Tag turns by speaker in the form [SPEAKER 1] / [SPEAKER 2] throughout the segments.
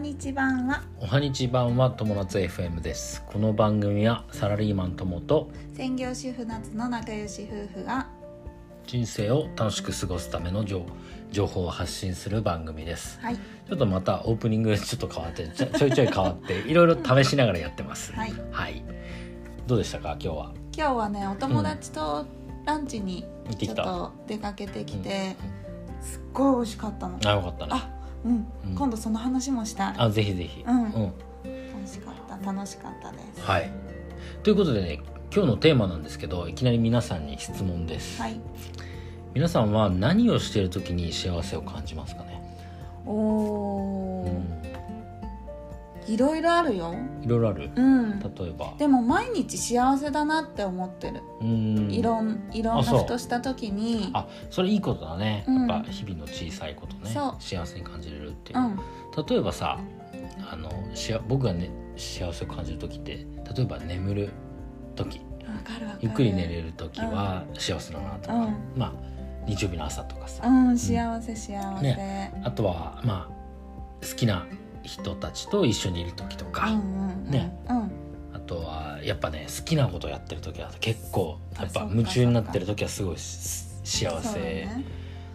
[SPEAKER 1] にち版は
[SPEAKER 2] おはにち版は友達 FM ですこの番組はサラリーマン友と
[SPEAKER 1] 専業主婦夏の仲良し夫婦が
[SPEAKER 2] 人生を楽しく過ごすための情情報を発信する番組です
[SPEAKER 1] はい
[SPEAKER 2] ちょっとまたオープニングちょっと変わってちょ ちょいちょい変わっていろいろ試しながらやってます
[SPEAKER 1] はい
[SPEAKER 2] はいどうでしたか今日は
[SPEAKER 1] 今日はねお友達とランチに
[SPEAKER 2] 行って
[SPEAKER 1] ちょっ
[SPEAKER 2] き
[SPEAKER 1] たと出かけてきてすっごい美味しかったの
[SPEAKER 2] あよかったね
[SPEAKER 1] あうん
[SPEAKER 2] うん
[SPEAKER 1] 今度その話もしたい
[SPEAKER 2] あぜひぜひ
[SPEAKER 1] うん
[SPEAKER 2] うん、
[SPEAKER 1] 楽しかった楽しかったです
[SPEAKER 2] はいということでね今日のテーマなんですけどいきなり皆さんに質問です、
[SPEAKER 1] はい
[SPEAKER 2] 皆さんは何をしている時に幸せを感じますかね、
[SPEAKER 1] お
[SPEAKER 2] う
[SPEAKER 1] お
[SPEAKER 2] ん、
[SPEAKER 1] いろいろあるよ
[SPEAKER 2] いろいろある
[SPEAKER 1] うん
[SPEAKER 2] 例えば
[SPEAKER 1] でも毎日幸せだなって思ってる
[SPEAKER 2] うん
[SPEAKER 1] いろんいろんな
[SPEAKER 2] あそう
[SPEAKER 1] ふとした時に
[SPEAKER 2] あそれいいことだね、
[SPEAKER 1] うん
[SPEAKER 2] やっぱ日々の小さいことね
[SPEAKER 1] そう
[SPEAKER 2] 幸せに感じれるっていうう、
[SPEAKER 1] ん
[SPEAKER 2] 例えばさあのしあ僕が、ね、幸せを感じる時って例えば眠る時
[SPEAKER 1] わかるわかる
[SPEAKER 2] ゆっくり寝れる時は幸せだなとか、
[SPEAKER 1] うん
[SPEAKER 2] まあ日曜日の朝とかさ、
[SPEAKER 1] うん幸せ幸せ、
[SPEAKER 2] あとはまあ好きな人たちと一緒にいる時とか、
[SPEAKER 1] うんうんうん
[SPEAKER 2] ね
[SPEAKER 1] うん
[SPEAKER 2] あとはやっぱね好きなことやってる時は結構やっ
[SPEAKER 1] あそ
[SPEAKER 2] ぱ
[SPEAKER 1] っか
[SPEAKER 2] 夢中になってる時はすごいし幸
[SPEAKER 1] そう
[SPEAKER 2] せ、
[SPEAKER 1] だね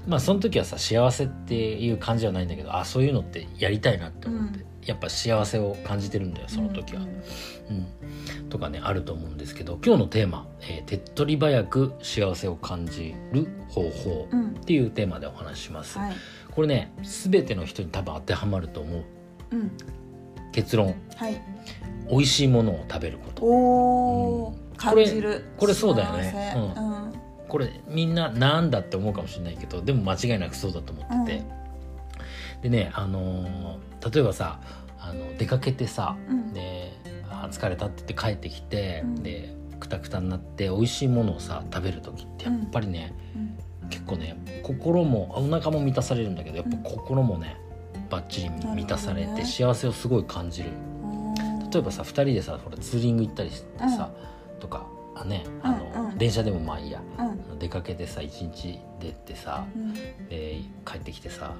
[SPEAKER 2] まあその時はさ幸せっていう感じはないんだけどあそういうのってやりたいなって思って、
[SPEAKER 1] うん
[SPEAKER 2] やっぱ幸せを感じてるんだよその時
[SPEAKER 1] う
[SPEAKER 2] は、うん
[SPEAKER 1] うんん
[SPEAKER 2] とかねあると思うんですけど今日のテーマ、えー手っ取り早く幸せを感じる方法」
[SPEAKER 1] うん
[SPEAKER 2] っていうテーマでお話しします、
[SPEAKER 1] はい
[SPEAKER 2] これね全ての人に多分当てはまると思う
[SPEAKER 1] うん
[SPEAKER 2] 結論
[SPEAKER 1] はい
[SPEAKER 2] 美味しいものを食べること
[SPEAKER 1] おお、
[SPEAKER 2] うん
[SPEAKER 1] 感じる
[SPEAKER 2] これこれそうだよね
[SPEAKER 1] 幸せうん、
[SPEAKER 2] これみんななんだって思うかもしれないけどでも間違いなくそうだと思ってて、でねあのー例えばさあの出かけてさ、
[SPEAKER 1] うん
[SPEAKER 2] であー疲れたって言って帰ってきて、
[SPEAKER 1] うん
[SPEAKER 2] でくたくたになって美味しいものをさ食べる時ってやっぱりね、
[SPEAKER 1] うん
[SPEAKER 2] 結構ね心もお腹も満たされるんだけどやっぱ心もねバッチリ満たされ
[SPEAKER 1] なるほ
[SPEAKER 2] て
[SPEAKER 1] どね
[SPEAKER 2] 幸せをすごい感じる
[SPEAKER 1] おー
[SPEAKER 2] 例えばさ2人でさほらツーリング行ったりしてさ、とかあねあの、
[SPEAKER 1] うんうん
[SPEAKER 2] 電車でもまあいいや
[SPEAKER 1] うん
[SPEAKER 2] 出かけてさ一日出てさ、
[SPEAKER 1] うん
[SPEAKER 2] で帰ってきてさ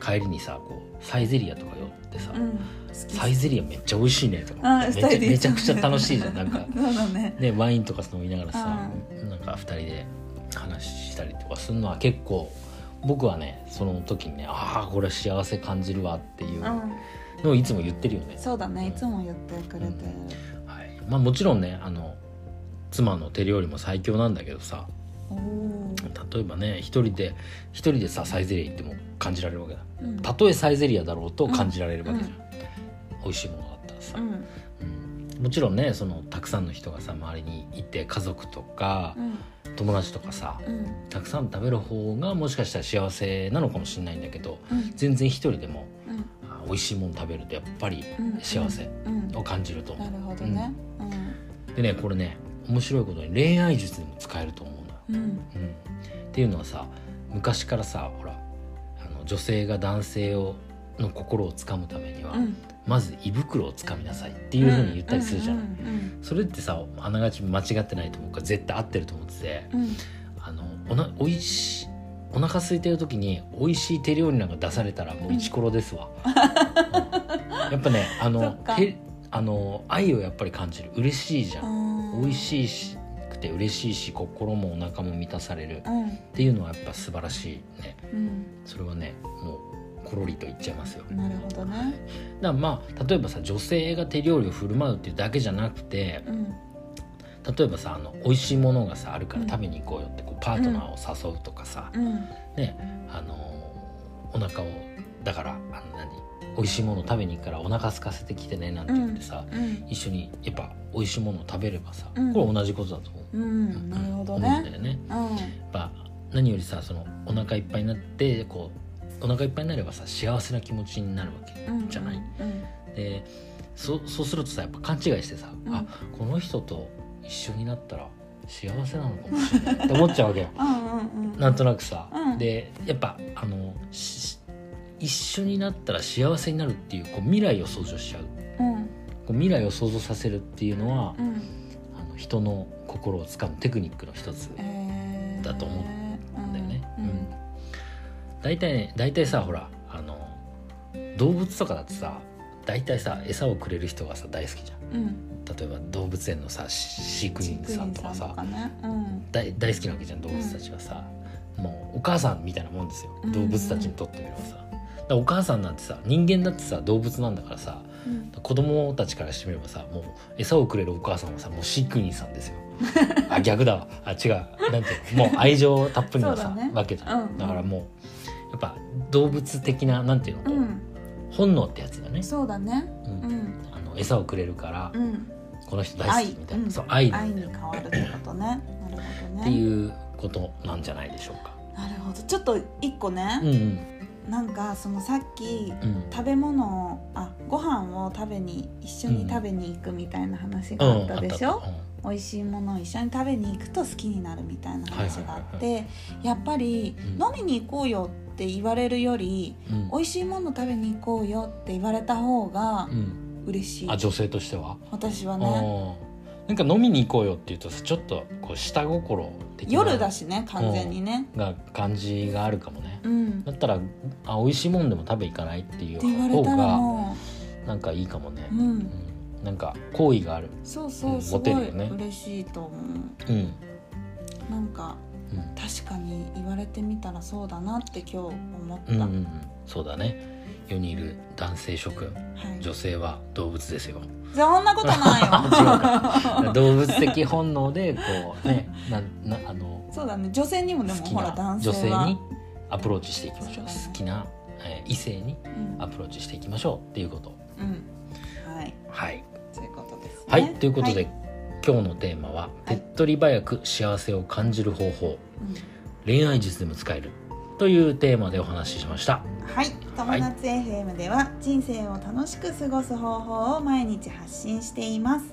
[SPEAKER 2] 帰りにさこうサイゼリアとか寄ってさ、
[SPEAKER 1] うん
[SPEAKER 2] サイゼリアめっちゃ美味しいねと
[SPEAKER 1] あ
[SPEAKER 2] かめ
[SPEAKER 1] 二
[SPEAKER 2] ち
[SPEAKER 1] 人
[SPEAKER 2] ゃ
[SPEAKER 1] で行く
[SPEAKER 2] めちゃくちゃ楽しいじゃんなんか
[SPEAKER 1] そうだね
[SPEAKER 2] ねワインとか飲みながらさ、なんか2人で話したりとかするのは結構僕はねその時にねああこれ幸せ感じるわっていううんのをいつも言ってるよね、
[SPEAKER 1] そうだねいつも言ってくれてる
[SPEAKER 2] はいまあ、もちろんねあの妻の手料理も最強なんだけどさ、
[SPEAKER 1] おおー
[SPEAKER 2] 例えばね一人で一人でさサイゼリヤ行っても感じられるわけだ
[SPEAKER 1] うん
[SPEAKER 2] たとえサイゼリヤだろうと感じられるわけじゃん、美味しいものだったらさ
[SPEAKER 1] う、ん
[SPEAKER 2] うんもちろんねそのたくさんの人がさ周りにいて家族とか
[SPEAKER 1] うん
[SPEAKER 2] 友達とかさ
[SPEAKER 1] うん
[SPEAKER 2] たくさん食べる方がもしかしたら幸せなのかもしれないんだけど
[SPEAKER 1] うん
[SPEAKER 2] 全然一人でも
[SPEAKER 1] うん
[SPEAKER 2] あ美味しいもの食べるとやっぱり
[SPEAKER 1] うん
[SPEAKER 2] 幸せ
[SPEAKER 1] うん
[SPEAKER 2] を感じると
[SPEAKER 1] な
[SPEAKER 2] 思
[SPEAKER 1] るほどね
[SPEAKER 2] うでねこれね面白いことに恋愛術でも使えると思うのよ
[SPEAKER 1] うんうん
[SPEAKER 2] うん、っていうのはさ昔からさほらあの女性が男性をの心をつかむためには、
[SPEAKER 1] うん
[SPEAKER 2] まず胃袋をつかみなさいっていうふうに言ったりするじゃない、
[SPEAKER 1] うんうん
[SPEAKER 2] それってさあながち間違ってないと思うから絶対合ってると思ってて
[SPEAKER 1] うんうん
[SPEAKER 2] あのおなおいしいお腹空いてる時に美味しい手料理なんか出されたらもうイチコロですわ、うんやっぱねあ
[SPEAKER 1] そ
[SPEAKER 2] の
[SPEAKER 1] っか
[SPEAKER 2] てあの愛をやっぱり感じる嬉しいじゃん、
[SPEAKER 1] うん
[SPEAKER 2] 美味しいしくて嬉しいし心もお腹も満たされる
[SPEAKER 1] うん
[SPEAKER 2] っていうのはやっぱ素晴らしいね
[SPEAKER 1] うん
[SPEAKER 2] それはねもうコロリと言っちゃいますよだか
[SPEAKER 1] なるほどね
[SPEAKER 2] らまあ例えばさ女性が手料理を振る舞うっていうだけじゃなくて
[SPEAKER 1] うん
[SPEAKER 2] 例えばさあの美味しいものがさあるから
[SPEAKER 1] うん
[SPEAKER 2] 食べに行こうよってこうパートナーを誘うとかさ、
[SPEAKER 1] うん
[SPEAKER 2] ねあのお腹をだからあの何美味しいもの食べに行くからお腹空かせてきてねなんて言ってさ、
[SPEAKER 1] うん
[SPEAKER 2] 一緒にやっぱ美味しいものを食べればさ、
[SPEAKER 1] うん
[SPEAKER 2] これ同じことだと思う、
[SPEAKER 1] うんなるほど
[SPEAKER 2] 思うん
[SPEAKER 1] ね
[SPEAKER 2] だよね
[SPEAKER 1] うん
[SPEAKER 2] やっぱ何よりさそのお腹いっぱいになってこうお腹いっぱいになればさ幸せな気持ちになるわけ
[SPEAKER 1] うん
[SPEAKER 2] じゃない、
[SPEAKER 1] うん
[SPEAKER 2] でそそうするとさやっぱ勘違いしてさ、
[SPEAKER 1] うん
[SPEAKER 2] あこの人と一緒になったら幸せなのかもしれないって思っちゃうわ けよ
[SPEAKER 1] うんうんうん
[SPEAKER 2] なんとなくさ、
[SPEAKER 1] うん
[SPEAKER 2] でやっぱあのし一緒になったら幸せになるっていうこう未来を想像しちゃう
[SPEAKER 1] うん
[SPEAKER 2] こう未来を想像させるっていうのは、
[SPEAKER 1] うん
[SPEAKER 2] あの人の心をつかむテクニックの一つ
[SPEAKER 1] えー
[SPEAKER 2] だと思
[SPEAKER 1] うん
[SPEAKER 2] だよね。
[SPEAKER 1] う
[SPEAKER 2] うんん。大体ね、大体さ、ほら、あの、動物とかだってさ、大体さ餌をくれる人がさ大好きじゃん
[SPEAKER 1] うん
[SPEAKER 2] 例えば動物園のさし飼育員さんとかさ
[SPEAKER 1] 飼育員さんとかねうん
[SPEAKER 2] 大大好きなわけじゃん動物たちはさ、もうお母さんみたいなもんですよ
[SPEAKER 1] うん
[SPEAKER 2] 動物たちにとってみればさ、だからお母さんなんてさ人間だってさ動物なんだからさ
[SPEAKER 1] うん
[SPEAKER 2] 子供たちからしてみればさもう餌をくれるお母さんはさもう飼育員さん ですよあ逆だわあ違うなんていうのもう愛情たっぷりの
[SPEAKER 1] そ
[SPEAKER 2] さ、
[SPEAKER 1] うだね
[SPEAKER 2] わけじゃん、
[SPEAKER 1] うん
[SPEAKER 2] だからもうやっぱ動物的ななんていうの、こ
[SPEAKER 1] う
[SPEAKER 2] うん本能ってやつだね、
[SPEAKER 1] そうだね
[SPEAKER 2] う
[SPEAKER 1] うんん
[SPEAKER 2] あの餌をくれるから、
[SPEAKER 1] うん
[SPEAKER 2] この人大好きみたいな、
[SPEAKER 1] 愛
[SPEAKER 2] そう愛な
[SPEAKER 1] 愛
[SPEAKER 2] んだ
[SPEAKER 1] に
[SPEAKER 2] よ
[SPEAKER 1] 変わるってことねなるほどね
[SPEAKER 2] っていうことなんじゃないでしょうか。
[SPEAKER 1] なるほどちょっと一個ね
[SPEAKER 2] うん、うん
[SPEAKER 1] なんかそのさっき
[SPEAKER 2] うん
[SPEAKER 1] 食べ物をあご飯を食べに一緒に食べに行くみたいな話があったでしょ、
[SPEAKER 2] うんあっ
[SPEAKER 1] 美味しいものを一緒に食べに行くと好きになるみたいな話があって、
[SPEAKER 2] は
[SPEAKER 1] やっぱり
[SPEAKER 2] うん
[SPEAKER 1] 飲みに行こうよって言われるより、
[SPEAKER 2] たうん
[SPEAKER 1] 美味しいもの食べに行こうよって言われた方が
[SPEAKER 2] うん
[SPEAKER 1] 嬉しい、
[SPEAKER 2] あ女性としては、
[SPEAKER 1] 私はね
[SPEAKER 2] あーなんか飲みに行こうよっていうとさちょっとこう下心的な
[SPEAKER 1] 夜だしね完全にね
[SPEAKER 2] が感じがあるかもね
[SPEAKER 1] うん、
[SPEAKER 2] だったらあ美味しいもんでも食べ行かないっていう
[SPEAKER 1] って言わ
[SPEAKER 2] 方
[SPEAKER 1] れたら
[SPEAKER 2] が
[SPEAKER 1] も
[SPEAKER 2] なんかいいかもね
[SPEAKER 1] う、う、ん、
[SPEAKER 2] うんなんか好意がある
[SPEAKER 1] そうそううんすご
[SPEAKER 2] モテる
[SPEAKER 1] い
[SPEAKER 2] よね
[SPEAKER 1] 嬉しいと思う
[SPEAKER 2] うん、
[SPEAKER 1] なんか
[SPEAKER 2] うん
[SPEAKER 1] 確かに言われてみたらそうだなって今日思った、
[SPEAKER 2] うんうんうん、そうだね世にいる男性諸君
[SPEAKER 1] はい、じ
[SPEAKER 2] 女性は動物ですよ
[SPEAKER 1] ゃあそんなこと ないよ
[SPEAKER 2] 動物的本能でこうねななあの
[SPEAKER 1] そうだね女性にもでも
[SPEAKER 2] 好き
[SPEAKER 1] ほら
[SPEAKER 2] な
[SPEAKER 1] 男
[SPEAKER 2] 女
[SPEAKER 1] 性
[SPEAKER 2] 性
[SPEAKER 1] は
[SPEAKER 2] にアプローチしていきましょう
[SPEAKER 1] そうだね
[SPEAKER 2] 好きな、えー異性に
[SPEAKER 1] うん
[SPEAKER 2] アプローチしていきましょうっていうこと
[SPEAKER 1] うんはい
[SPEAKER 2] はい、
[SPEAKER 1] ということですね
[SPEAKER 2] はい、ということで、
[SPEAKER 1] は
[SPEAKER 2] 今日のテーマは
[SPEAKER 1] は
[SPEAKER 2] 「手
[SPEAKER 1] い
[SPEAKER 2] っ取り早く幸せを感じる方法
[SPEAKER 1] うん
[SPEAKER 2] 恋愛術でも使える」というテーマでお話ししました
[SPEAKER 1] はい友達 FM では人生を楽しく過ごす方法を毎日発信しています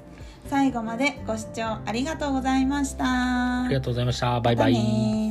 [SPEAKER 1] 最後までご視聴ありがとうございました
[SPEAKER 2] ありがとうございましたバイバ
[SPEAKER 1] また
[SPEAKER 2] イ、
[SPEAKER 1] ね